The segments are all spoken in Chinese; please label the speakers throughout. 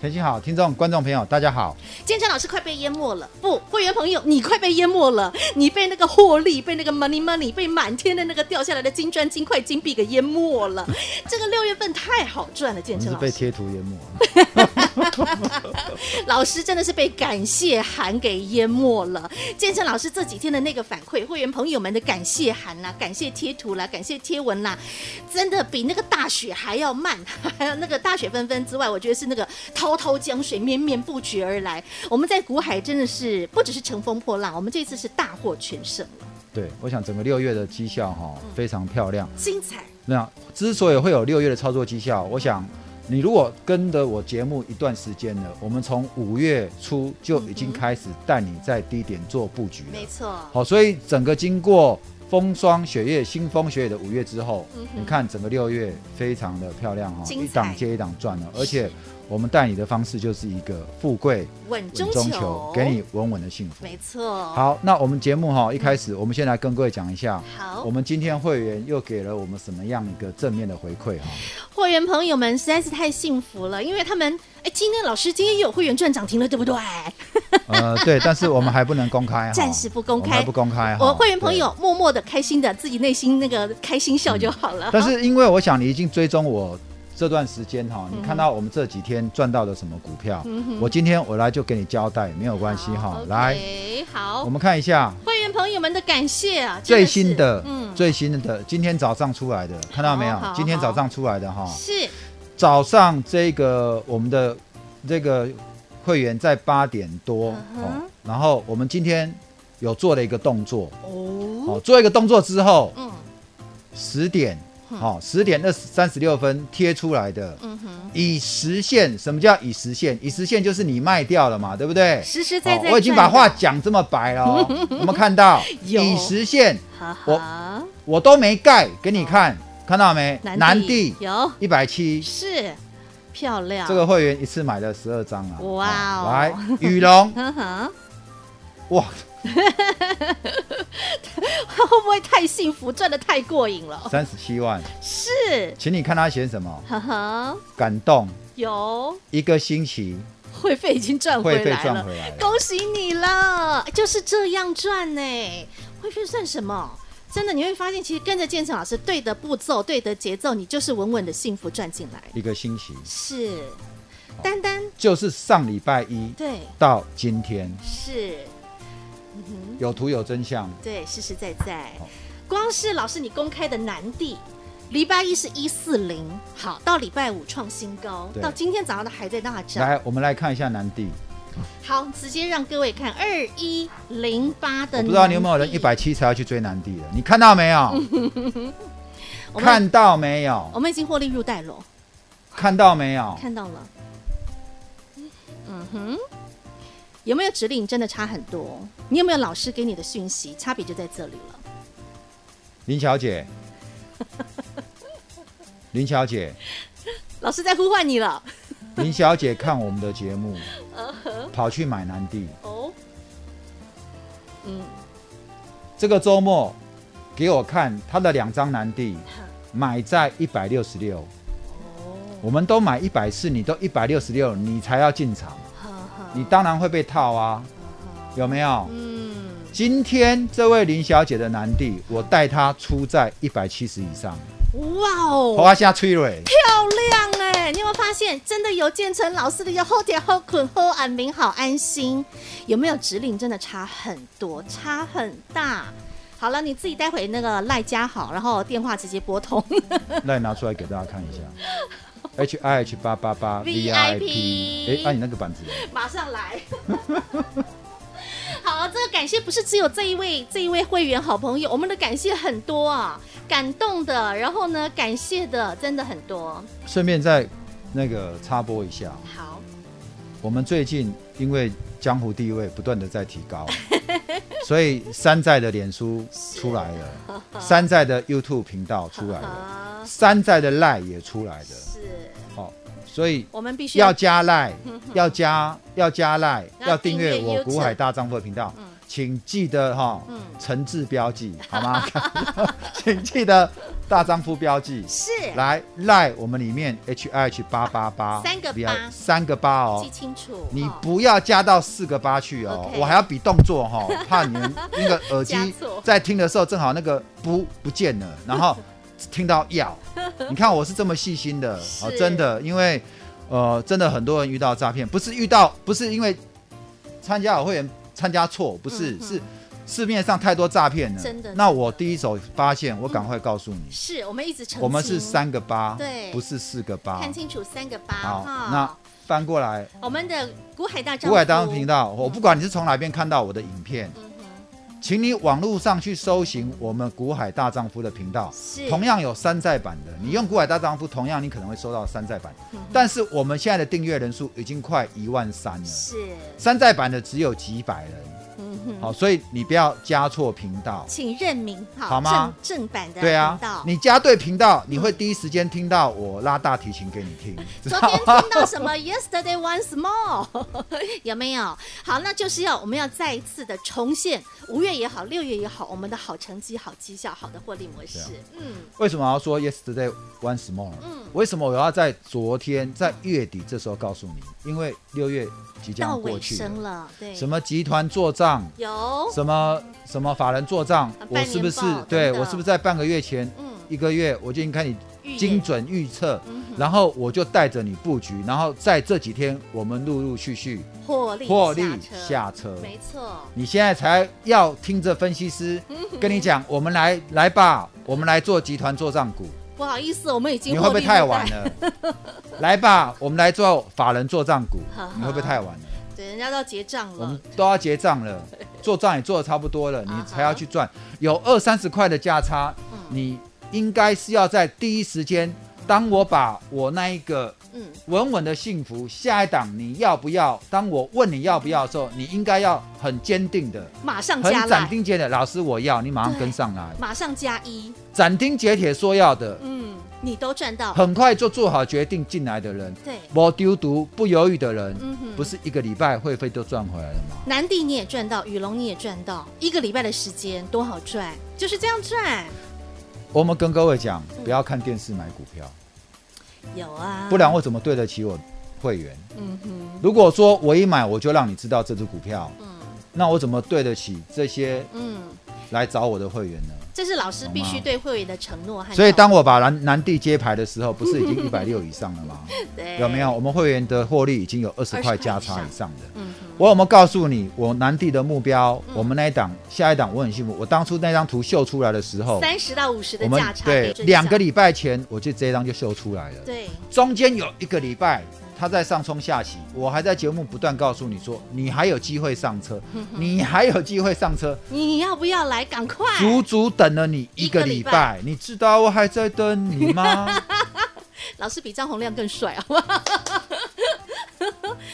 Speaker 1: 田心好，听众观众朋友大家好，
Speaker 2: 建成老师快被淹没了，不，会员朋友你快被淹没了，你被那个获利，被那个 money money，被满天的那个掉下来的金砖、金块、金币给淹没了。这个六月份太好赚了，建
Speaker 1: 我们
Speaker 2: 成
Speaker 1: 是
Speaker 2: 老
Speaker 1: 被
Speaker 2: 师，
Speaker 1: 贴图淹没，
Speaker 2: 老师真的是被感谢函给淹没了。建成老师这几天的那个反馈，会员朋友们的感谢函啦、感谢贴图啦、感谢贴文啦，真的比那个大雪还要慢，还有那个大雪纷纷之外，我觉得是那个滔滔江水绵绵不绝而来。我们在股海真的是不只是乘风破浪，我们这次是大获全胜了，
Speaker 1: 对，我想整个六月的绩效哈、
Speaker 2: 嗯
Speaker 1: 非常漂亮。
Speaker 2: 精彩！
Speaker 1: 那之所以会有六月的操作绩效，我想你如果跟着我节目一段时间了，我们从五月初就已经开始带你在低点做布局了
Speaker 2: 没。错，
Speaker 1: 好，所以整个经过风霜雪月、腥风血雨的五月之后，
Speaker 2: 嗯哼
Speaker 1: 你看整个六月非常的漂亮哈、
Speaker 2: 精彩
Speaker 1: 一档接一档赚了，而且
Speaker 2: 是
Speaker 1: 我们带你的方式就是一个富贵
Speaker 2: 稳中
Speaker 1: 稳中求，给你稳稳的幸福。
Speaker 2: 没错，，
Speaker 1: 好，那我们节目哈、一开始我们先来跟各位讲一下，
Speaker 2: 好
Speaker 1: 我们今天会员又给了我们什么样一个正面的回 馈哈、
Speaker 2: 会员朋友们实在是太幸福了，因为他们哎，今天老师今天也有会员赚涨停了，对不对？
Speaker 1: 呃，对，但是我们还不能公开哈，
Speaker 2: 暂时不公开
Speaker 1: 我们还不公开哈。
Speaker 2: 我会员朋友默默的开心的，自己内心那个开心笑就好了。
Speaker 1: 对，但是因为我想你已经追踪我这段时间哈、
Speaker 2: 嗯
Speaker 1: 你看到我们这几天赚到的什么股票，我今天我来就给你交代，没有关系哈、来，
Speaker 2: OK，好，
Speaker 1: 我们看一下
Speaker 2: 会员朋友们的感谢啊，真
Speaker 1: 最
Speaker 2: 是
Speaker 1: 新的，
Speaker 2: 嗯，
Speaker 1: 最新的，今天早上出来的，看到没有
Speaker 2: 好好？
Speaker 1: 今天早上出来的哈、
Speaker 2: 是
Speaker 1: 早上这个我们的这个会员在八点多、
Speaker 2: 嗯哼
Speaker 1: 哦，然后我们今天有做了一个动作，
Speaker 2: 哦，
Speaker 1: 哦，做一个动作之后，
Speaker 2: 嗯
Speaker 1: 十点，好、哦，十点二三十六分贴出来的，
Speaker 2: 嗯哼，
Speaker 1: 已实现。什么叫已实现？已实现就是你卖掉了嘛，对不对？哦
Speaker 2: 实实在在
Speaker 1: 哎我已经把
Speaker 2: 赚
Speaker 1: 话
Speaker 2: 的
Speaker 1: 讲这么白了、哦，有没有看到？
Speaker 2: 有
Speaker 1: 已实现，
Speaker 2: 哈
Speaker 1: 我
Speaker 2: 哈，
Speaker 1: 我都没盖给你看，看到没？
Speaker 2: 哦南
Speaker 1: 地
Speaker 2: 有
Speaker 1: 一百七
Speaker 2: 是漂亮，
Speaker 1: 这个会员一次买了十二张啊！
Speaker 2: 哇哦，
Speaker 1: 好来，羽龙
Speaker 2: 呵呵，
Speaker 1: 哇，
Speaker 2: 会不会太幸福，赚的太过瘾了？
Speaker 1: 三十七万，
Speaker 2: 是，
Speaker 1: 请你看他写什么，
Speaker 2: 呵呵，
Speaker 1: 感动，
Speaker 2: 有
Speaker 1: 一个星期
Speaker 2: 会费已经赚
Speaker 1: 会
Speaker 2: 回
Speaker 1: 被
Speaker 2: 来
Speaker 1: 赚
Speaker 2: 了，
Speaker 1: 回来了。
Speaker 2: 恭喜你了，就是这样赚呢、会费算什么？真的，你会发现，其实跟着建成老师对的步骤、对的节奏，你就是稳稳的幸福赚进来。
Speaker 1: 一个星期
Speaker 2: 是，丹丹，
Speaker 1: 就是上礼拜一
Speaker 2: 对，
Speaker 1: 到今天，
Speaker 2: 是，
Speaker 1: 有图有真相。
Speaker 2: 对，实实在在
Speaker 1: 好。
Speaker 2: 光是老师你公开的南地，礼拜一是一四零，好，到礼拜五创新高，
Speaker 1: 对
Speaker 2: 到今天早上都还在大涨。
Speaker 1: 来，我们来看一下南地，
Speaker 2: 好，直接让各位看二一零八的南地，
Speaker 1: 我不知道你有没有人一百七才要去追南地的，你看到没有？
Speaker 2: 我们
Speaker 1: 看到没有
Speaker 2: 我？们已经获利入袋了，
Speaker 1: 看到没有？
Speaker 2: 看到了。嗯哼，有没有指令真的差很多？你有没有老师给你的讯息？差别就在这里了。
Speaker 1: 林小姐， 林小姐，
Speaker 2: 老师在呼唤你了。
Speaker 1: 林小姐看我们的 节目，
Speaker 2: 嗯
Speaker 1: 跑去买南地。
Speaker 2: 哦，嗯，
Speaker 1: 这个周末给我看他的两张南地，买在一百六十六，
Speaker 2: 哦，
Speaker 1: 我们都买一百四，你都一百六十六，你才要进场，
Speaker 2: 呵呵
Speaker 1: 你当然会被套啊，有没有？
Speaker 2: 嗯，
Speaker 1: 今天这位林小姐的南地，我带她出在一百七十以上，
Speaker 2: 哇
Speaker 1: 头
Speaker 2: 哦，
Speaker 1: 发下吹蕊，
Speaker 2: 漂亮哎！你有没有发现，真的有建成老师的有后点后捆后安民好安心，有没有指令真的差很多，差很大。好了，你自己待会那个赖家好，然后电话直接拨通。
Speaker 1: 来拿出来给大家看一下。H I H 八八八 V I P，哎，按、你那个板子，
Speaker 2: 马上 来。好，这个感谢不是只有这一位这一位会员好朋友，我们的感谢很多啊，感动的，然后呢，感谢的真的很多。
Speaker 1: 顺便再那个插播一下，
Speaker 2: 好，
Speaker 1: 我们最近因为江湖地位不断的在提高，所以山寨的脸书出来了，山寨的 YouTube 频道出 来了，
Speaker 2: 啊，
Speaker 1: 山寨的 Line 也出来了，
Speaker 2: 是
Speaker 1: 哦，所以
Speaker 2: 我们必须
Speaker 1: 要加 Line，要 加要加 Line，
Speaker 2: 然后
Speaker 1: 要订阅
Speaker 2: 订阅
Speaker 1: 我
Speaker 2: YouTube
Speaker 1: 古海大丈夫的频道，请记得哈
Speaker 2: 嗯，
Speaker 1: 诚挚 标记好吗？ 请记得大丈夫标记。
Speaker 2: 是
Speaker 1: 来赖我们里面 H I H 八八八
Speaker 2: 三个八
Speaker 1: 三个八哦
Speaker 2: 记，清楚，
Speaker 1: 你
Speaker 2: 哦
Speaker 1: 不要加到四个八去哦，
Speaker 2: OK
Speaker 1: 我还要比动作哈、 哦，怕你们那个耳
Speaker 2: 加
Speaker 1: 机
Speaker 2: 错
Speaker 1: 在听的时候正好那个不不见了，然后听到 要，你看我是这么细心的哦，
Speaker 2: 是
Speaker 1: 真的，因为呃，真的很多人遇到诈骗，不是遇到，不是因为参加我会员参加错，不是、
Speaker 2: 嗯哼
Speaker 1: 是。市面上太多诈骗了，
Speaker 2: 真的
Speaker 1: 那我第一手发现，我赶快告诉你，
Speaker 2: 是我们一直澄清，
Speaker 1: 我们是三个八，
Speaker 2: 嗯对
Speaker 1: 不是四个八。
Speaker 2: 看清楚三个八
Speaker 1: 好，
Speaker 2: 哈。
Speaker 1: 那翻过来，
Speaker 2: 我们的古海大丈夫，
Speaker 1: 古海当频道，我不管你是从哪边看到我的影片，
Speaker 2: 嗯哼，
Speaker 1: 请你网络上去搜寻我们古海大丈夫的频道。
Speaker 2: 是
Speaker 1: 同样有山寨版的，你用古海大丈夫，同样你可能会收到山寨版，
Speaker 2: 嗯
Speaker 1: 但是我们现在的订阅人数已经快一万三了，
Speaker 2: 是，
Speaker 1: 山寨版的只有几百人，
Speaker 2: 嗯哼，
Speaker 1: 好，所以你不要加错频道。
Speaker 2: 请认明哈，
Speaker 1: 好吗
Speaker 2: 正正版的
Speaker 1: 对啊
Speaker 2: 频道，
Speaker 1: 你加对频道，你会第一时间听到我拉大提琴给你听，知
Speaker 2: 昨
Speaker 1: 道
Speaker 2: 天
Speaker 1: 吗？
Speaker 2: 听到什么？Yesterday once more，有 没有？好，那就是要我们要再一次的重现五月也好，六月也好，我们的好成绩、好绩效、好的获利模式。
Speaker 1: 啊
Speaker 2: 嗯，
Speaker 1: 为什么要说 yesterday once more？嗯，为什么我要在昨天在月底这时候告诉你？因为六月即
Speaker 2: 到
Speaker 1: 将过
Speaker 2: 尾
Speaker 1: 去
Speaker 2: 声
Speaker 1: 了，
Speaker 2: 了，对，
Speaker 1: 什么集团做账，
Speaker 2: 有，
Speaker 1: 什么什么法人做账
Speaker 2: 啊，
Speaker 1: 我是不是
Speaker 2: 半年报
Speaker 1: 对
Speaker 2: 等等
Speaker 1: 我是不是在半个月前、
Speaker 2: 嗯，
Speaker 1: 一个月我就已经开始
Speaker 2: 预言
Speaker 1: 精准预测
Speaker 2: 嗯，
Speaker 1: 然后我就带着你布局，然后在这几天我们陆陆续续
Speaker 2: 获利
Speaker 1: 获利
Speaker 2: 车
Speaker 1: 下车。
Speaker 2: 没错，
Speaker 1: 你现在才要听着分 析师跟你讲，我们来来吧，我们来做集团做账股。
Speaker 2: 不好意思，我们已经
Speaker 1: 你会不
Speaker 2: 获
Speaker 1: 会
Speaker 2: 利
Speaker 1: 太
Speaker 2: 入袋
Speaker 1: 晚？了？ 来吧，我们来做法人做账股
Speaker 2: 好好，
Speaker 1: 你会不会太晚了？
Speaker 2: 对，人家都要结账
Speaker 1: 我们
Speaker 2: 了，
Speaker 1: 都要结账了，做账也做的差不多了，你
Speaker 2: 啊哈
Speaker 1: 才要去赚，有二三十块的价差，你应该是要在第一时间，当我把我那一个
Speaker 2: 嗯，
Speaker 1: 稳稳的幸福下一档你要不要？当我问你要不要的时候，你应该要很坚定的、
Speaker 2: 马上嗯
Speaker 1: 很
Speaker 2: 加
Speaker 1: 斩
Speaker 2: 来，
Speaker 1: 钉截铁，老师我要，你马上
Speaker 2: 对
Speaker 1: 跟上来，
Speaker 2: 马上加一，
Speaker 1: 斩钉截铁说要的，
Speaker 2: 嗯，你都赚到，
Speaker 1: 很快就做好决定进来的人，
Speaker 2: 对，
Speaker 1: 不丢毒、不犹豫的人，
Speaker 2: 嗯哼
Speaker 1: 不是一个礼拜会费都赚回来了吗？
Speaker 2: 南地你也赚到，雨龙你也赚到，一个礼拜的时间多好赚，就是这样赚。
Speaker 1: 我们跟各位讲，
Speaker 2: 嗯
Speaker 1: 不要看电视买股票，
Speaker 2: 有啊，
Speaker 1: 不然我怎么对得起我会员？
Speaker 2: 嗯哼，
Speaker 1: 如果说我一买我就让你知道这只股票，
Speaker 2: 嗯
Speaker 1: 那我怎么对得起这些
Speaker 2: 嗯，
Speaker 1: 来找我的会员呢？
Speaker 2: 这是老师必须
Speaker 1: 懂吗
Speaker 2: 对会员的承诺和
Speaker 1: 所以当我把南南地揭牌的时候，不是 已经一百六以上了吗？
Speaker 2: 对
Speaker 1: 有没有？？我们会员的获利已经有二十
Speaker 2: 块
Speaker 1: 块加差
Speaker 2: 以
Speaker 1: 以上的。
Speaker 2: 嗯哼，嗯
Speaker 1: 我有没有告诉你，我南地的目标，我们那一档下一档我很幸福。我当初那张图秀出来的时候，
Speaker 2: 三十到五十
Speaker 1: 我
Speaker 2: 的
Speaker 1: 们
Speaker 2: 价差
Speaker 1: 对
Speaker 2: 给追
Speaker 1: 两
Speaker 2: 加
Speaker 1: 个礼拜前，我就这一张就秀出来了。
Speaker 2: 对
Speaker 1: 中间有一个礼拜，他在上冲下洗，我还在节目不断告诉你说，你还有机会上车，
Speaker 2: 嗯
Speaker 1: 你还有机会上车，
Speaker 2: 你要不要来？赶快！
Speaker 1: 足足等了你一个礼拜，你知道我还在等你 吗？
Speaker 2: 老师比张洪亮更帅，好不好？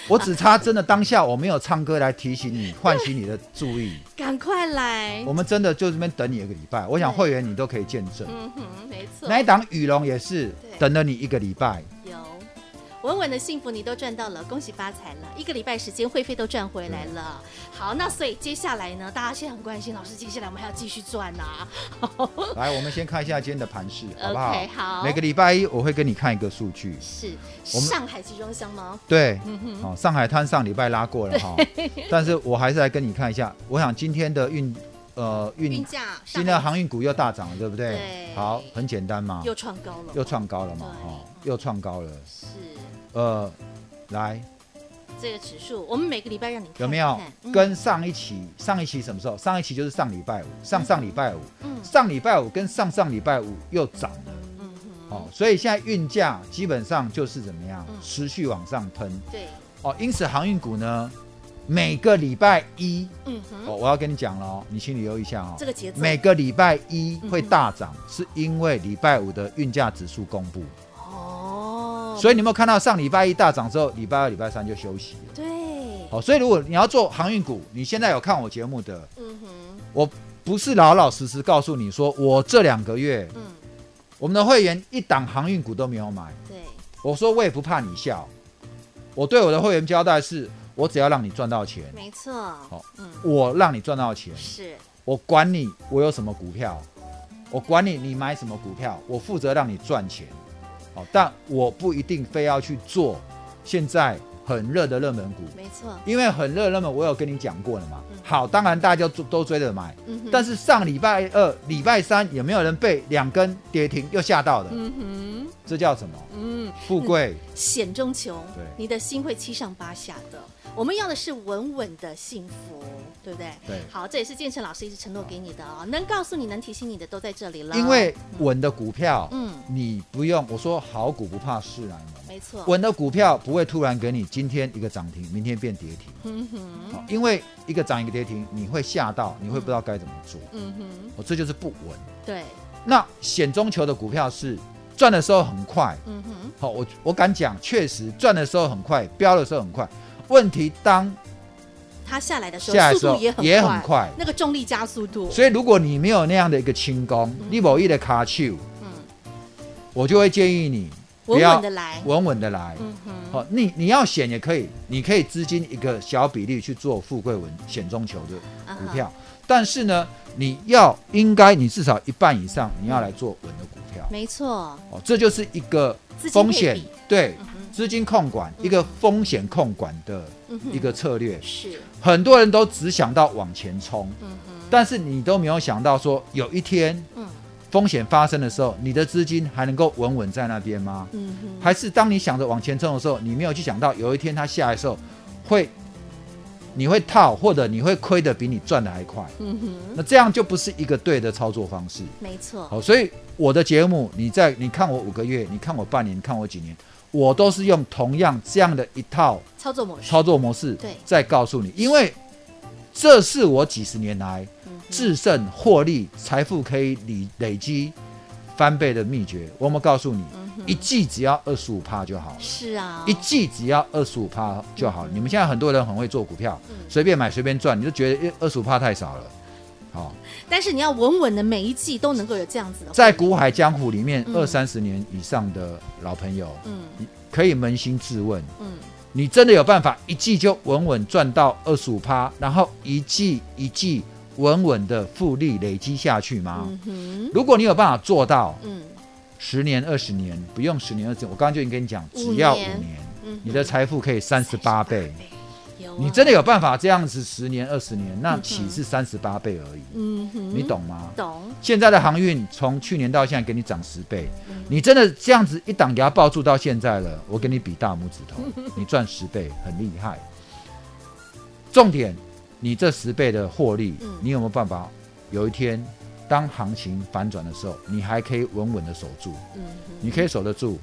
Speaker 1: 我只差真的当下我没有唱歌来提醒你，唤起你的注 意，
Speaker 2: 赶快来
Speaker 1: 我！们真的就这边等你一个礼拜，我想
Speaker 2: 对
Speaker 1: 会员你都可以见证。
Speaker 2: 嗯哼，没错，
Speaker 1: 那一档羽绒也是
Speaker 2: 对
Speaker 1: 等了你一个礼 拜，
Speaker 2: 有稳稳的幸福，你都赚到了，恭喜发财了！一个礼拜时间会费都赚回来了。
Speaker 1: 嗯
Speaker 2: 好，那所以接下来呢，大家现在很关心，老师接下来我们还要继续赚啊呐、
Speaker 1: 来，我们先看一下今天的盘势，好不好
Speaker 2: OK，好
Speaker 1: 每个礼拜一我会跟你看一个数据，
Speaker 2: 是
Speaker 1: 我们
Speaker 2: 上海集装箱吗？
Speaker 1: 对，
Speaker 2: 嗯
Speaker 1: 哦，上海滩上礼拜拉过了 哈，但是我还是来跟你看一下，我想今天的运，呃，
Speaker 2: 运
Speaker 1: 运，
Speaker 2: 价上
Speaker 1: 今天
Speaker 2: 海
Speaker 1: 的航运股又大涨了，对不对？
Speaker 2: 对
Speaker 1: 好，很简单嘛，
Speaker 2: 又创高了，
Speaker 1: 又创高了嘛，
Speaker 2: 对
Speaker 1: 哦，又创高了，
Speaker 2: 是
Speaker 1: 呃，来，
Speaker 2: 这个指数，我们每个礼拜让你看
Speaker 1: 有没有
Speaker 2: 看嗯
Speaker 1: 跟上一期？上一期什么时候？上一期就是上礼拜五，上上礼拜五，
Speaker 2: 嗯
Speaker 1: 上礼拜五跟上上礼拜五又涨了。
Speaker 2: 嗯哼
Speaker 1: 哦，所以现在运价基本上就是怎么样
Speaker 2: 嗯，
Speaker 1: 持续往上喷
Speaker 2: 对，
Speaker 1: 哦。因此航运股呢，每个礼拜一
Speaker 2: 嗯哼，
Speaker 1: 哦，我要跟你讲了哦，你心里留意一下哦。
Speaker 2: 这个节奏嗯
Speaker 1: 每个礼拜一会大涨，是因为礼拜五的运价指数公布。
Speaker 2: 哦，
Speaker 1: 所以你有没有看到上礼拜一大涨之后，礼拜二、礼拜三就休息了？
Speaker 2: 对，
Speaker 1: 好，所以如果你要做航运股，你现在有看我节目的，
Speaker 2: 嗯哼，
Speaker 1: 我不是老老实实告诉你说，我这两个月
Speaker 2: 嗯，
Speaker 1: 我们的会员一档航运股都没有买。
Speaker 2: 对，
Speaker 1: 我说我也不怕你笑，我对我的会员交代是，我只要让你赚到钱，
Speaker 2: 没错。好嗯，
Speaker 1: 我让你赚到钱，
Speaker 2: 是，
Speaker 1: 我管你我有什么股票，我管你你买什么股票，我负责让你赚钱。哦，但我不一定非要去做现在很热的热门股，
Speaker 2: 没错。
Speaker 1: 因为很热热门，我有跟你讲过了嘛
Speaker 2: 嗯。
Speaker 1: 好，当然大家都都追着买，
Speaker 2: 嗯哼，
Speaker 1: 但是上礼拜二、礼拜三有没有人被两根跌停又吓到的？
Speaker 2: 嗯哼，
Speaker 1: 这叫什么？
Speaker 2: 嗯，
Speaker 1: 富贵。
Speaker 2: 险中求，
Speaker 1: 对
Speaker 2: 你的心会七上八下的。我们要的是稳稳的幸福，对不对？
Speaker 1: 对
Speaker 2: 好，这也是建成老师一直承诺给你的哦，能告诉你、能提醒你的都在这里了。
Speaker 1: 因为稳的股票，
Speaker 2: 嗯
Speaker 1: 你不用我说好股不怕事来
Speaker 2: 没
Speaker 1: 磨，
Speaker 2: 错，
Speaker 1: 稳的股票不会突然给你今天一个涨停，明天变跌停，
Speaker 2: 嗯哼，
Speaker 1: 哦因为一个涨一个跌停，你会吓到，你会不知道该怎么做，
Speaker 2: 嗯哼，
Speaker 1: 哦，这就是不稳。
Speaker 2: 对，
Speaker 1: 那险中求的股票是赚的时候很快，
Speaker 2: 嗯哼，
Speaker 1: 好、我我敢讲，确实赚的时候很快，飙的时候很快，问题当
Speaker 2: 它下来的时候
Speaker 1: 下来的时
Speaker 2: 速
Speaker 1: 候
Speaker 2: 度也很
Speaker 1: 也很快
Speaker 2: 那个重力加速度，
Speaker 1: 所以如果你没有那样的一个轻功，你某一的卡丘，
Speaker 2: 嗯，
Speaker 1: 我就会建议你不
Speaker 2: 稳
Speaker 1: 要
Speaker 2: 稳的来，
Speaker 1: 稳稳的来。
Speaker 2: 嗯哼，
Speaker 1: 好、你你要险也可以，你可以资金一个小比例去做富贵稳险中求
Speaker 2: 嗯啊
Speaker 1: 的股票，但是呢，你要应该你至少一半以上你要来做稳的股票，
Speaker 2: 没错，
Speaker 1: 哦，这就是一个
Speaker 2: 资金
Speaker 1: 风险
Speaker 2: 配比
Speaker 1: 对
Speaker 2: 嗯哼
Speaker 1: 资金控管、
Speaker 2: 嗯
Speaker 1: 一个风险控管的
Speaker 2: 嗯哼
Speaker 1: 一个策略。
Speaker 2: 是，
Speaker 1: 很多人都只想到往前冲，
Speaker 2: 嗯哼，
Speaker 1: 但是你都没有想到说有一天
Speaker 2: 嗯
Speaker 1: 风险发生的时候，你的资金还能够稳稳在那边吗？
Speaker 2: 嗯哼，
Speaker 1: 还是当你想着往前冲的时候，你没有去想到有一天它下来的时候，会你会套，或者你会亏的比你赚的还快，
Speaker 2: 嗯哼，
Speaker 1: 那这样就不是一个对的操作方式。
Speaker 2: 没错，
Speaker 1: 好，所以我的节目，你在你看我五个月，你看我半年，你看我几年，我都是用同样这样的一套
Speaker 2: 操作模式，
Speaker 1: 操作模式
Speaker 2: 对，
Speaker 1: 在告诉你，因为这是我几十年来
Speaker 2: 嗯哼
Speaker 1: 制胜获利、财富可以累累积翻倍的秘诀。我们告诉你，
Speaker 2: 嗯
Speaker 1: 一季只要二十五趴就好了。
Speaker 2: 是啊，
Speaker 1: 一季只要二十五趴就好。你们现在很多人很会做股票
Speaker 2: 嗯，
Speaker 1: 随便买随便赚，你就觉得二十五趴太少了。好、
Speaker 2: 但是你要稳稳的每一季都能够有这样子的，
Speaker 1: 在股海江湖里面，
Speaker 2: 嗯
Speaker 1: 二三十年以上的老朋友，
Speaker 2: 嗯
Speaker 1: 你可以扪心自问：
Speaker 2: 嗯，
Speaker 1: 你真的有办法一季就稳稳赚到二十五趴，然后一季一季稳稳的复利累积下去吗？
Speaker 2: 嗯哼，
Speaker 1: 如果你有办法做到
Speaker 2: 嗯
Speaker 1: 十年、二十年，不用十年、二十年，我刚刚就已经跟你讲，
Speaker 2: 五
Speaker 1: 只要五
Speaker 2: 年
Speaker 1: 年，
Speaker 2: 嗯哼，
Speaker 1: 你的财富可以三十八倍。
Speaker 2: 有啊，
Speaker 1: 你真的有办法这样子十年二十年，那
Speaker 2: 嗯
Speaker 1: 岂是三十八倍而已？
Speaker 2: 嗯哼，
Speaker 1: 你懂吗？
Speaker 2: 懂，
Speaker 1: 现在的航运从去年到现在给你涨十倍，
Speaker 2: 嗯
Speaker 1: 你真的这样子一档给它抱住到现在了，我给你比大拇指头，你赚十倍很厉害。重点，你这十倍的获利
Speaker 2: 嗯，
Speaker 1: 你有没有办法有一天当行情反转的时候，你还可以稳稳的守住？
Speaker 2: 嗯哼。
Speaker 1: 你可以守得住，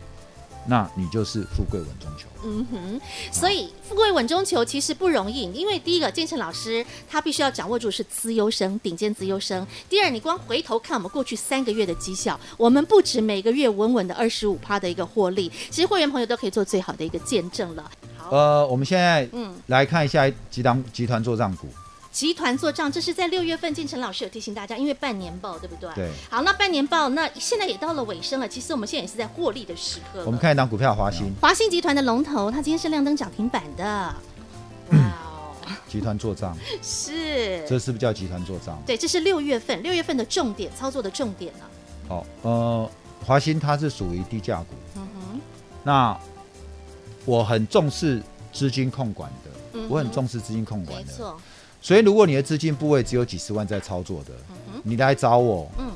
Speaker 1: 那你就是富贵稳中求。
Speaker 2: 嗯哼，所以富贵稳中求其实不容易，因为第一个建成老师他必须要掌握住是资优生，顶尖资优生。第二，你光回头看我们过去三个月的绩效，我们不止每个月稳稳的二十五趴的一个获利，其实会员朋友都可以做最好的一个见证了。好，
Speaker 1: 呃，我们现在
Speaker 2: 嗯
Speaker 1: 来看一下集团集团做账股，
Speaker 2: 集团做账，这是在六月份，建成老师有提醒大家，因为半年报对不对？
Speaker 1: 对。
Speaker 2: 好，那半年报那现在也到了尾声了，其实我们现在也是在获利的嗯时刻了。
Speaker 1: 我们看一档股票华兴
Speaker 2: 华信集团的龙头，它今天是亮灯涨停板的，
Speaker 1: 嗯
Speaker 2: 哇哦，
Speaker 1: 集团做账，
Speaker 2: 是。
Speaker 1: 这是不是叫集团做账？
Speaker 2: 对，这是六月份，六月份的重点操作的重点了、
Speaker 1: 好，呃，华兴它是属于低价股，
Speaker 2: 嗯哼，
Speaker 1: 那我很重视资金控管的，
Speaker 2: 嗯哼
Speaker 1: 我很重视资金控管
Speaker 2: 没
Speaker 1: 的，
Speaker 2: 错，
Speaker 1: 所以如果你的资金部位只有几十万在操作的，你来找我，
Speaker 2: 嗯，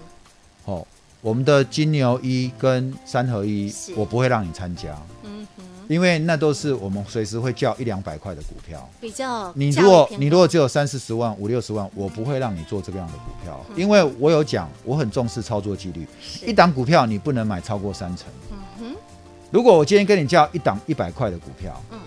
Speaker 1: 哦，我们的金牛一跟三合一
Speaker 2: 是，
Speaker 1: 我不会让你参加，
Speaker 2: 嗯哼，
Speaker 1: 因为那都是我们随时会叫一两百块的股票。
Speaker 2: 比较
Speaker 1: 你
Speaker 2: 价
Speaker 1: 如果
Speaker 2: 位偏
Speaker 1: 你
Speaker 2: 高
Speaker 1: 如果只有三四十万、五六十万，我不会让你做这个样的股票，因为我有讲，我很重视操作纪律。
Speaker 2: 是
Speaker 1: 一档股票你不能买超过三成。
Speaker 2: 嗯哼，
Speaker 1: 如果我今天跟你叫一档一百块的股票，
Speaker 2: 嗯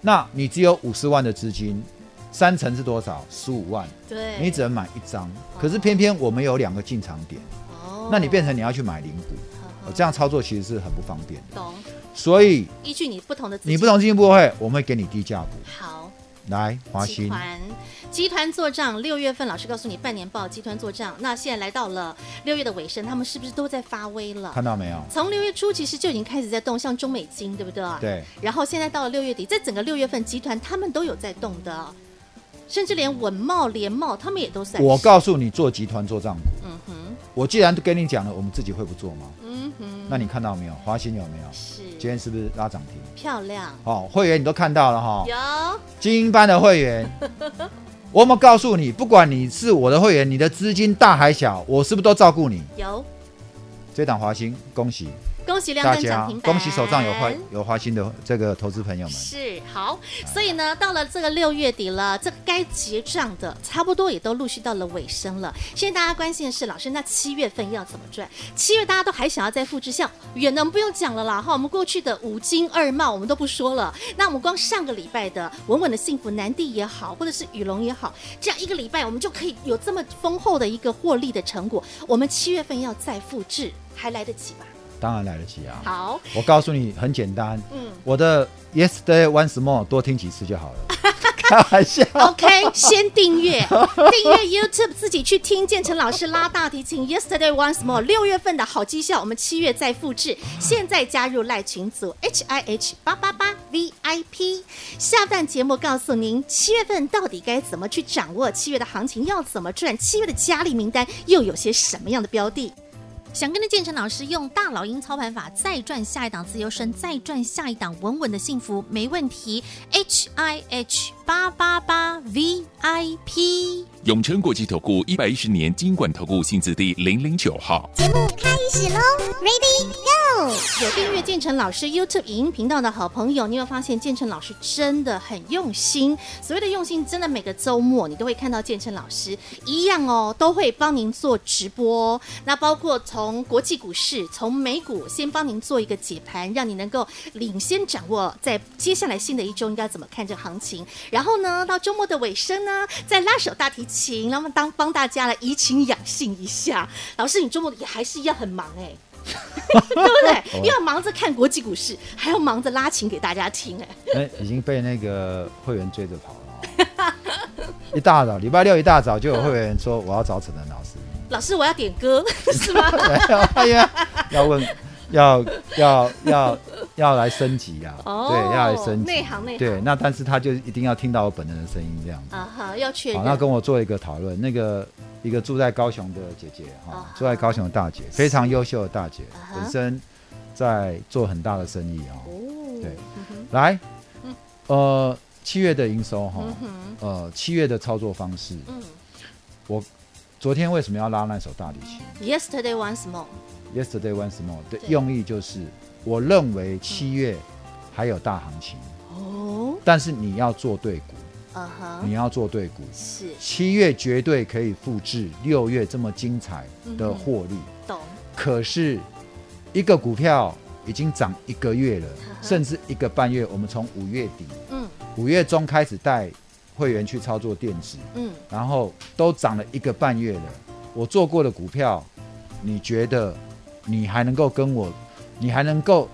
Speaker 1: 那你只有五十万的资金，三成是多少？十五万，
Speaker 2: 对，
Speaker 1: 你只能买一张。可是偏偏我们有两个进场点，
Speaker 2: 哦，
Speaker 1: 那你变成你要去买零股，
Speaker 2: 呵
Speaker 1: 呃
Speaker 2: 呵
Speaker 1: 这样操作其实是很不方便的。
Speaker 2: 懂，
Speaker 1: 所以
Speaker 2: 依据你不同的资
Speaker 1: 你不
Speaker 2: 金
Speaker 1: 同资金部位，我们会给你低价股。
Speaker 2: 好，
Speaker 1: 来，华
Speaker 2: 集
Speaker 1: 兴
Speaker 2: 团集团做账，六月份老师告诉你半年报集团做账，那现在来到了六月的尾声，他们是不是都在发威了？
Speaker 1: 看到没有？
Speaker 2: 从六月初其实就已经开始在动，像中美金，对不对？
Speaker 1: 对。
Speaker 2: 然后现在到了六月底，在整个六月份，集团他们都有在动的，甚至连文茂、联茂他们也都算是。
Speaker 1: 我告诉你，做集团做账股，
Speaker 2: 嗯哼，
Speaker 1: 我既然都跟你讲了，我们自己会不做吗？
Speaker 2: 嗯哼，
Speaker 1: 那你看到没有？华兴有没有？今
Speaker 2: 是
Speaker 1: 天是不是拉涨停？
Speaker 2: 漂亮，
Speaker 1: 好、会员你都看到了哈、
Speaker 2: 有
Speaker 1: 精英班的 会员，我有没有告诉你，不管你是我的会员，你的资金大还小，我是不是都照顾你？
Speaker 2: 有，
Speaker 1: 这档华兴，恭喜
Speaker 2: 恭喜亮
Speaker 1: 大
Speaker 2: 灯涨
Speaker 1: 家
Speaker 2: 停，板，
Speaker 1: 恭喜手上有华有华兴的这个投资朋友们。
Speaker 2: 是好，所以呢，到了这个六月底了，这个该结账的差不多也都陆续到了尾声了。现在大家关心的是，老师，那七月份要怎么赚？七月大家都还想要再复制，像远的我们不用讲了啦，哈，我们过去的五金二茂我们都不说了，那我们光上个礼拜的稳稳的幸福南地也好，或者是雨龙也好，这样一个礼拜我们就可以有这么丰厚的一个获利的成果。我们七月份要再复制，还来得及吧？
Speaker 1: 当然来得及啊！
Speaker 2: 好，
Speaker 1: 我告诉你，很简单，
Speaker 2: 嗯。
Speaker 1: 我的 Yesterday Once More 多听几次就好 了。开玩笑，
Speaker 2: OK，先订阅，订阅 YouTube，自己去听建成老师拉大提琴。Yesterday once more，六月份的好绩效，我们七月再复制。现在加入赖群组 H I H 八八八 VIP。下段节目告诉您，七月份到底该怎么去掌握七月的行情，要怎么赚，七月的佳丽名单又有些什么样的标的？想跟着建成老师用大老鹰操盘法再赚下一档自由身，再赚下一档稳稳的幸福，没问题。H I H 八八八 V I P。
Speaker 3: 永诚国际投顾一百一十年金管投顾新字第零零九号。
Speaker 2: 有订阅建成老师 YouTube 影音频道的好朋友，你有没有发现建成老师真的很用心。所谓的用心，真的每个周末你都会看到建成老师一样哦，都会帮您做直播哦。那包括从国际股市、从美股，先帮您做一个解盘，让你能够领先掌握在接下来新的一周应该怎么看这行情。然后呢，到周末的尾声呢，再拉手大提琴，那么当帮大家来怡情养性一下。老师，你周末也还是一样很忙哎、对不
Speaker 1: 哦
Speaker 2: 对？又要忙着看国际股市，还要忙着拉琴给大家听，哎，
Speaker 1: 哎，已经被那个会员追着跑了哦。一大早，礼拜六一大早就有会员说我要找陈能老师。
Speaker 2: 老师我要点歌 是吗？
Speaker 1: 哎呀，要问，要要要要来升级呀、
Speaker 2: 哦
Speaker 1: 对，要来升级，
Speaker 2: 内行内行
Speaker 1: 对，那但是他就一定要听到我本人的声音这样子。
Speaker 2: 啊哈，要确
Speaker 1: 好，那
Speaker 2: 认，
Speaker 1: 跟我做一个讨论。那个一个住在高雄的姐姐哈、
Speaker 2: 啊哈
Speaker 1: 住在高雄的大姐，非常优秀的大姐，
Speaker 2: 啊哈
Speaker 1: 本身在做很大的生意啊、哦。
Speaker 2: 哦
Speaker 1: 对
Speaker 2: 嗯哼
Speaker 1: 来，呃，七月的营收哈、
Speaker 2: 嗯哼，
Speaker 1: 呃，七月的操作方式，
Speaker 2: 嗯
Speaker 1: 昨天为什么要拉那首大提琴？
Speaker 2: ，Yesterday once more，
Speaker 1: Yesterday once more 的
Speaker 2: 对
Speaker 1: 用意就是，我认为七月还有大行情，
Speaker 2: 哦，
Speaker 1: 但是你要做对股，
Speaker 2: 啊哈
Speaker 1: 你，要做对股。
Speaker 2: 是
Speaker 1: 七月绝对可以复制六月这么精彩的
Speaker 2: 嗯
Speaker 1: 获利，
Speaker 2: 懂，
Speaker 1: 可是一个股票已经涨一个月了，
Speaker 2: 呵呵
Speaker 1: 甚至一个半月。我们从五月底、
Speaker 2: 嗯
Speaker 1: 五月中开始带会员去操作电子，
Speaker 2: 嗯，
Speaker 1: 然后都涨了一个半月了。我做过的股票，你觉得你还能够跟我，你还能够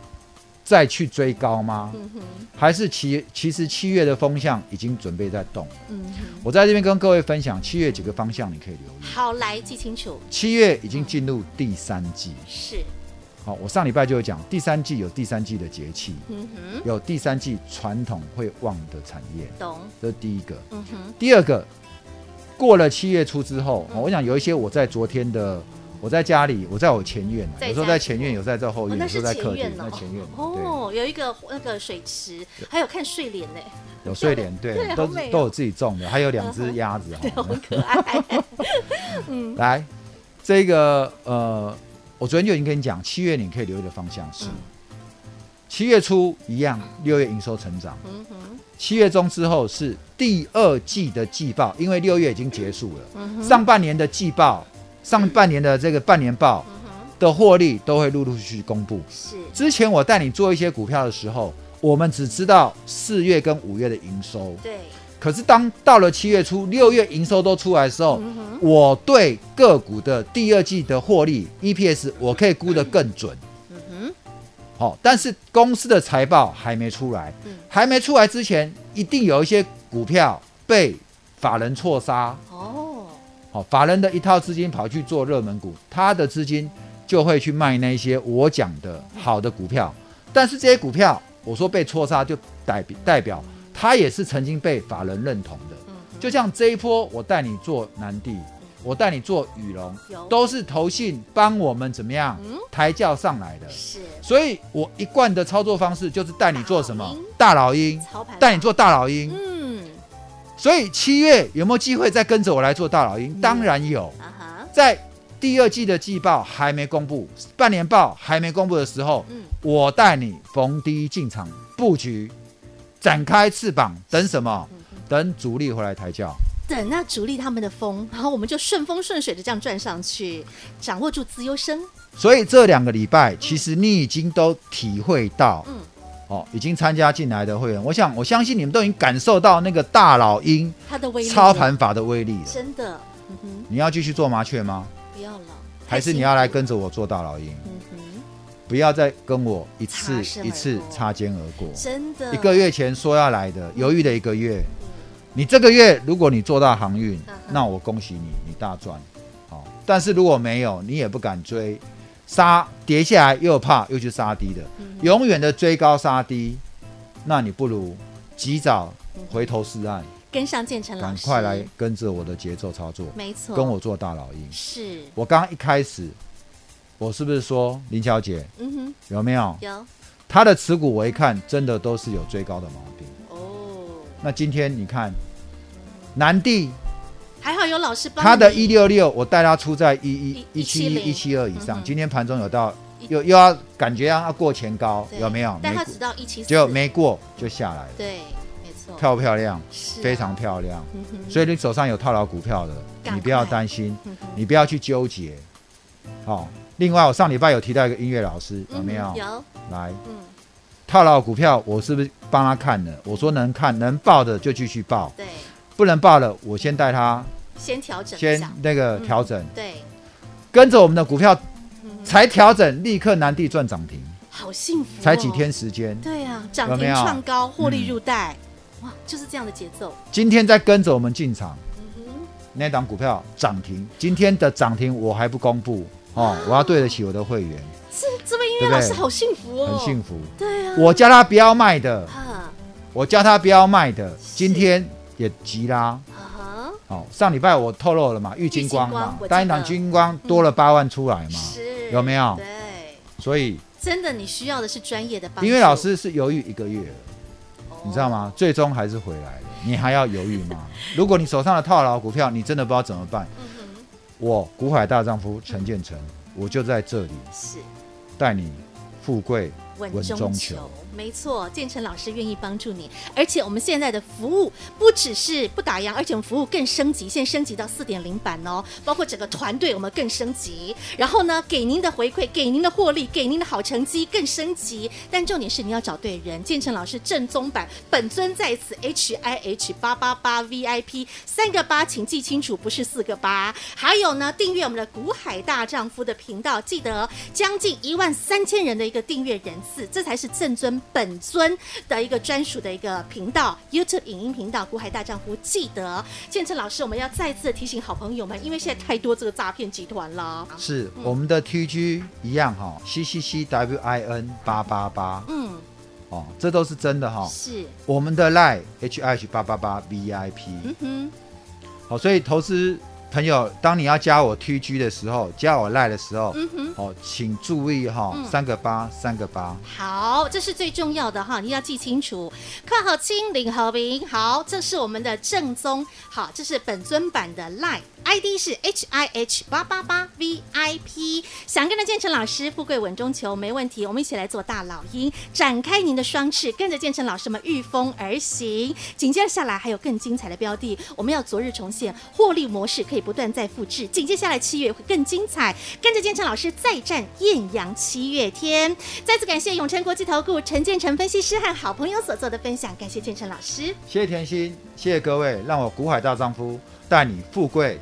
Speaker 1: 再去追高吗？
Speaker 2: 嗯哼，
Speaker 1: 还是其其实七月的风向已经准备在动了？
Speaker 2: 嗯哼，
Speaker 1: 我在这边跟各位分享七月几个方向，你可以留意。
Speaker 2: 好，来记清楚，
Speaker 1: 七月已经进入第三季，
Speaker 2: 是，
Speaker 1: 好、我上礼拜就有讲，第三季有第三季的节气，
Speaker 2: 嗯哼，
Speaker 1: 有第三季传统会旺的产业，
Speaker 2: 懂，
Speaker 1: 这是第一个。
Speaker 2: 嗯哼，
Speaker 1: 第二个，过了七月初之后，哦我想有一些我在昨天的，我在家里，我在我前院啊，
Speaker 2: 在
Speaker 1: 有时候
Speaker 2: 家
Speaker 1: 在
Speaker 2: 里
Speaker 1: 前院，有时候在后
Speaker 2: 哦
Speaker 1: 院，
Speaker 2: 那
Speaker 1: 有时
Speaker 2: 是
Speaker 1: 候在
Speaker 2: 前
Speaker 1: 客厅
Speaker 2: 院，
Speaker 1: 那
Speaker 2: 哦
Speaker 1: 前院，对，
Speaker 2: 哦，有一个那个水池，还有看睡莲呢，
Speaker 1: 有睡莲，
Speaker 2: 对
Speaker 1: 对，
Speaker 2: 好
Speaker 1: 都
Speaker 2: 美哦嗯
Speaker 1: 都有自己种的，还有两只鸭 子
Speaker 2: 对，
Speaker 1: 哈
Speaker 2: 好。可爱，
Speaker 1: 来，这个呃，我昨天就已经跟你讲，七月你可以留意的方向是
Speaker 2: 嗯，
Speaker 1: 七月初一样，六月营收成长，
Speaker 2: 嗯哼，
Speaker 1: 七月中之后是第二季的季报，因为六月已经结束了，
Speaker 2: 嗯哼，
Speaker 1: 上半年的季报，上半年的这个半年报
Speaker 2: 嗯哼，
Speaker 1: 的获利都会陆陆续续公布。
Speaker 2: 是，
Speaker 1: 之前我带你做一些股票的时候，我们只知道四月跟五月的营收，
Speaker 2: 对，
Speaker 1: 可是当到了七月初、六月营收都出来的时候，
Speaker 2: 嗯哼。
Speaker 1: 我对 E 个股的第二季的获利 EPS 我可以估得更准。
Speaker 2: 嗯哼，
Speaker 1: 好、但是公司的财报还没出来，
Speaker 2: 嗯
Speaker 1: 还没出来之前，一定有一些股票被法人错杀，
Speaker 2: 哦，
Speaker 1: 好、法人的一套资金跑去做热门股，他的资金就会去卖那些我讲的好的股票，但是这些股票，我说被错杀，就代表代表它也是曾经被法人认同的。
Speaker 2: 嗯，
Speaker 1: 就像这一波，我带你做南地，我带你做羽绒
Speaker 2: 有，
Speaker 1: 都是投信帮我们怎么样
Speaker 2: 嗯
Speaker 1: 抬轿上来的。
Speaker 2: 是
Speaker 1: 所以我一贯的操作方式就是带你做什么大
Speaker 2: 大
Speaker 1: 老鹰，
Speaker 2: 操盘，
Speaker 1: 带你做大老鹰。
Speaker 2: 嗯
Speaker 1: 所以七月有没有机会再跟着我来做大老鹰？
Speaker 2: 嗯
Speaker 1: 当然有，
Speaker 2: 啊哈，
Speaker 1: 在第二季的季报还没公布，半年报还没公布的时候，
Speaker 2: 嗯
Speaker 1: 我带你逢低进场布局，展开翅膀，等什么？
Speaker 2: 嗯嗯，
Speaker 1: 等主力回来抬轿。
Speaker 2: 等那主力他们的风，然后我们就顺风顺水的这样转上去，掌握住自由身，
Speaker 1: 所以这两个礼拜，其实你已经都体会到，
Speaker 2: 嗯
Speaker 1: 哦，已经参加进来的会员，我想我相信你们都已经感受到那个大老鹰
Speaker 2: 它的威力
Speaker 1: 操盘法的威力了。
Speaker 2: 真的，嗯哼，
Speaker 1: 你要继续做麻雀吗？
Speaker 2: 不要了，
Speaker 1: 还是你要来，跟着我做大老鹰？
Speaker 2: 嗯哼，
Speaker 1: 不要再跟我一次
Speaker 2: 擦身而
Speaker 1: 一次
Speaker 2: 过
Speaker 1: 擦肩而过。
Speaker 2: 真的
Speaker 1: 一个月前说要来的，犹豫了一个月。你这个月如果你做到航运
Speaker 2: 嗯，哼
Speaker 1: 那我恭喜你，你大赚。好、但是如果没有，你也不敢追，杀跌下来又怕又去杀低的，
Speaker 2: 嗯哼
Speaker 1: 永远的追高杀低，那你不如及早回头是岸，
Speaker 2: 跟上建成老
Speaker 1: 赶
Speaker 2: 师，
Speaker 1: 快来，跟着我的节奏操作，
Speaker 2: 嗯没错，
Speaker 1: 跟我做大老鹰。
Speaker 2: 是，
Speaker 1: 我刚刚一开始，我是不是说林小姐
Speaker 2: 嗯
Speaker 1: 有没有
Speaker 2: 哼，？有
Speaker 1: 她的持股我一看，真的都是有追高的毛病。
Speaker 2: 哦，
Speaker 1: 那今天你看，南地
Speaker 2: 还好有老师帮
Speaker 1: 它的
Speaker 2: 你
Speaker 1: 一六六，我带它出在一一
Speaker 2: 一
Speaker 1: 一七
Speaker 2: 170
Speaker 1: 一一七二以
Speaker 2: 嗯
Speaker 1: 上，
Speaker 2: 哼
Speaker 1: 今天盘中有到
Speaker 2: 一
Speaker 1: 又又要感觉啊要过前高，
Speaker 2: 对
Speaker 1: 有没有？
Speaker 2: 但
Speaker 1: 没
Speaker 2: 它
Speaker 1: 过，
Speaker 2: 只到一七四，
Speaker 1: 结果没过就下来了，
Speaker 2: 对，没错，
Speaker 1: 漂不漂亮？
Speaker 2: 哦是啊
Speaker 1: 非常，漂亮。
Speaker 2: 嗯哼，
Speaker 1: 所以你手上有套牢股票的，
Speaker 2: 赶快
Speaker 1: 你不要担心，
Speaker 2: 嗯哼
Speaker 1: 你不要去纠结。好、另外我上礼拜有提到一个音乐老师，有没有？
Speaker 2: 嗯哼有，
Speaker 1: 来
Speaker 2: 嗯，
Speaker 1: 套牢股票，我是不是帮他看了？我说能看能报的就继续报，
Speaker 2: 对，
Speaker 1: 不能报了，我先带他
Speaker 2: 先调整一
Speaker 1: 先
Speaker 2: 下，
Speaker 1: 那个调整，
Speaker 2: 对，
Speaker 1: 跟着我们的股票
Speaker 2: 嗯哼
Speaker 1: 才调整，立刻南地赚涨停，
Speaker 2: 好幸福、哦，
Speaker 1: 才几，天时间。
Speaker 2: 对啊，涨
Speaker 1: 有
Speaker 2: 停
Speaker 1: 没有嗯
Speaker 2: 创高，获利入袋，哇，就是这样的节奏，
Speaker 1: 今天再跟着我们进场，
Speaker 2: 嗯哼，
Speaker 1: 那档股票涨停，今天的涨停我还不公布哦，我要对得起我的会员，
Speaker 2: 这这位音
Speaker 1: 对
Speaker 2: 乐
Speaker 1: 不对
Speaker 2: 老师好幸福哦，
Speaker 1: 很幸
Speaker 2: 福，
Speaker 1: 福。
Speaker 2: 对啊，
Speaker 1: 我叫他不要卖的，
Speaker 2: 啊，
Speaker 1: 我叫他不要卖的，今天也急啦。
Speaker 2: 啊哈，
Speaker 1: 哦，上礼拜我透露了嘛，玉金光
Speaker 2: 玉金光
Speaker 1: 嘛
Speaker 2: 我记，得嗯
Speaker 1: 单一档金光多了八万出来嘛，
Speaker 2: 是，
Speaker 1: 有没有
Speaker 2: 对，
Speaker 1: 所以
Speaker 2: 真的，你需要的是专业的帮助，
Speaker 1: 音乐老师是犹豫一个月了。
Speaker 2: 哦，
Speaker 1: 你知道吗？最终还是回来了，你还要犹豫吗？如果你手上的套牢股票，你真的不知道怎么办。
Speaker 2: 嗯
Speaker 1: 我股海大丈夫陈建成，我就在这里
Speaker 2: 哼，是。
Speaker 1: 带你富贵
Speaker 2: 稳
Speaker 1: 稳
Speaker 2: 中
Speaker 1: 中
Speaker 2: 求
Speaker 1: 求。
Speaker 2: 没错，建成老师愿意帮助你，而且我们现在的服务不只是不打烊，而且我们服务更升级，现在升级到四点零版哦，包括整个团队我们更升级，然后呢，给您的回馈，给您的获利，给您的好成绩更升级。但重点是你要找对人，建成老师正宗版，本尊在此，H I H 八八八 V I P 三个八，请记清楚，不是四个八。还有呢，订阅我们的股海大丈夫的频道，记得将近一万三千人的一个订阅人次，这才是正尊本尊的一个专属的一个频道 YouTube 影音频道股海大丈夫。记得建成老师，我们要再次提醒好朋友们，因为现在太多这个诈骗集团了。
Speaker 1: 是
Speaker 2: 嗯
Speaker 1: 我们的 TG 一样哈、c C C W I N 八八八
Speaker 2: 嗯，
Speaker 1: 哦，这都是真的哈、
Speaker 2: 是，
Speaker 1: 我们的 Line H I H 八八八 V I P
Speaker 2: 嗯哼，
Speaker 1: 好、所以投资朋友，当你要加我 TG 的时候，加我 Line 的时候，
Speaker 2: 嗯哼。
Speaker 1: 哦，请注意哈、
Speaker 2: 嗯
Speaker 1: 三个八，三个八。
Speaker 2: 好，这是最重要的哈，你要记清楚。看好清领和平，好，这是我们的正宗，好，这是本尊版的 Line。ID 是 H I H 八八八 V I P，想跟着建成老师富贵稳中求没问题，我们一起来做大老鹰，展开您的双翅，跟着建成老师们御风而行。紧接下来还有更精彩的标的，我们要昨日重现获利模式，可以不断再复制。紧接下来七月会更精彩，跟着建成老师再战艳阳七月天。再次感谢永诚国际投顾陈建成分析师和好朋友所做的分享，感谢建成老师。
Speaker 1: 谢谢甜心，谢谢各位，让我股海大丈夫带你富贵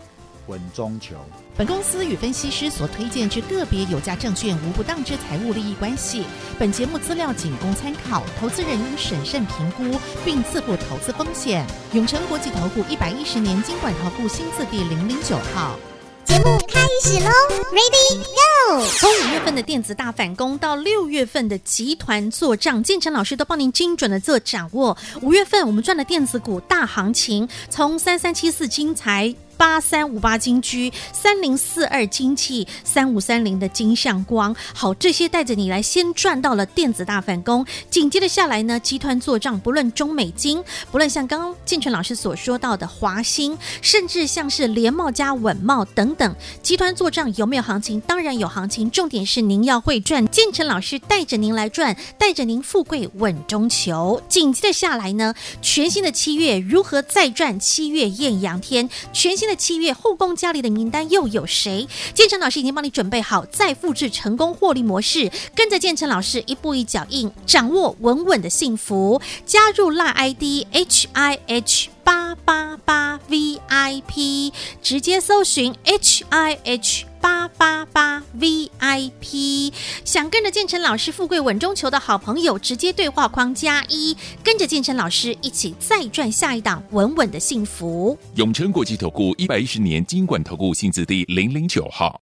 Speaker 1: 稳中求。
Speaker 4: 本公司与分析师所推荐之个别有价证券无不当之财务利益关系。本节目资料仅供参考，投资人应审慎评估并自负投资风险。永诚国际投顾一百一十年经管投顾新字第零零九号。
Speaker 5: 节目开始喽，Ready Go！
Speaker 2: 从五月份的电子大反攻到六月份的集团做账，建成老师都帮您精准的做掌握。五月份我们赚的电子股大行情，从三三七四金财。八三五八金居、三零四二金器、三五三零的金相光，好，这些带着你来先赚到了电子大反攻，紧接着下来呢，集团做账，不论中美金，不论像刚刚建全老师所说到的华兴，甚至像是联茂加稳茂等等，集团做账有没有行情？当然有行情，重点是您要会赚。建成老师带着您来赚，带着您富贵稳中求。紧接着下来呢，全新的七月如何再赚七月艳阳天？全新的七月后宫佳丽的名单又有谁？建成老师已经帮你准备好再复制成功获利模式，跟着建成老师一步一脚印，掌握稳稳的幸福。加入辣 ID H I H。八八八 VIP，直接搜寻 HIH 八八八 VIP。想跟着建成老师富贵稳中求的好朋友，直接对话框加一，跟着建成老师一起再赚下一档稳稳的幸福。
Speaker 3: 永诚国际投顾一百一十年金管投顾性质第零零九号。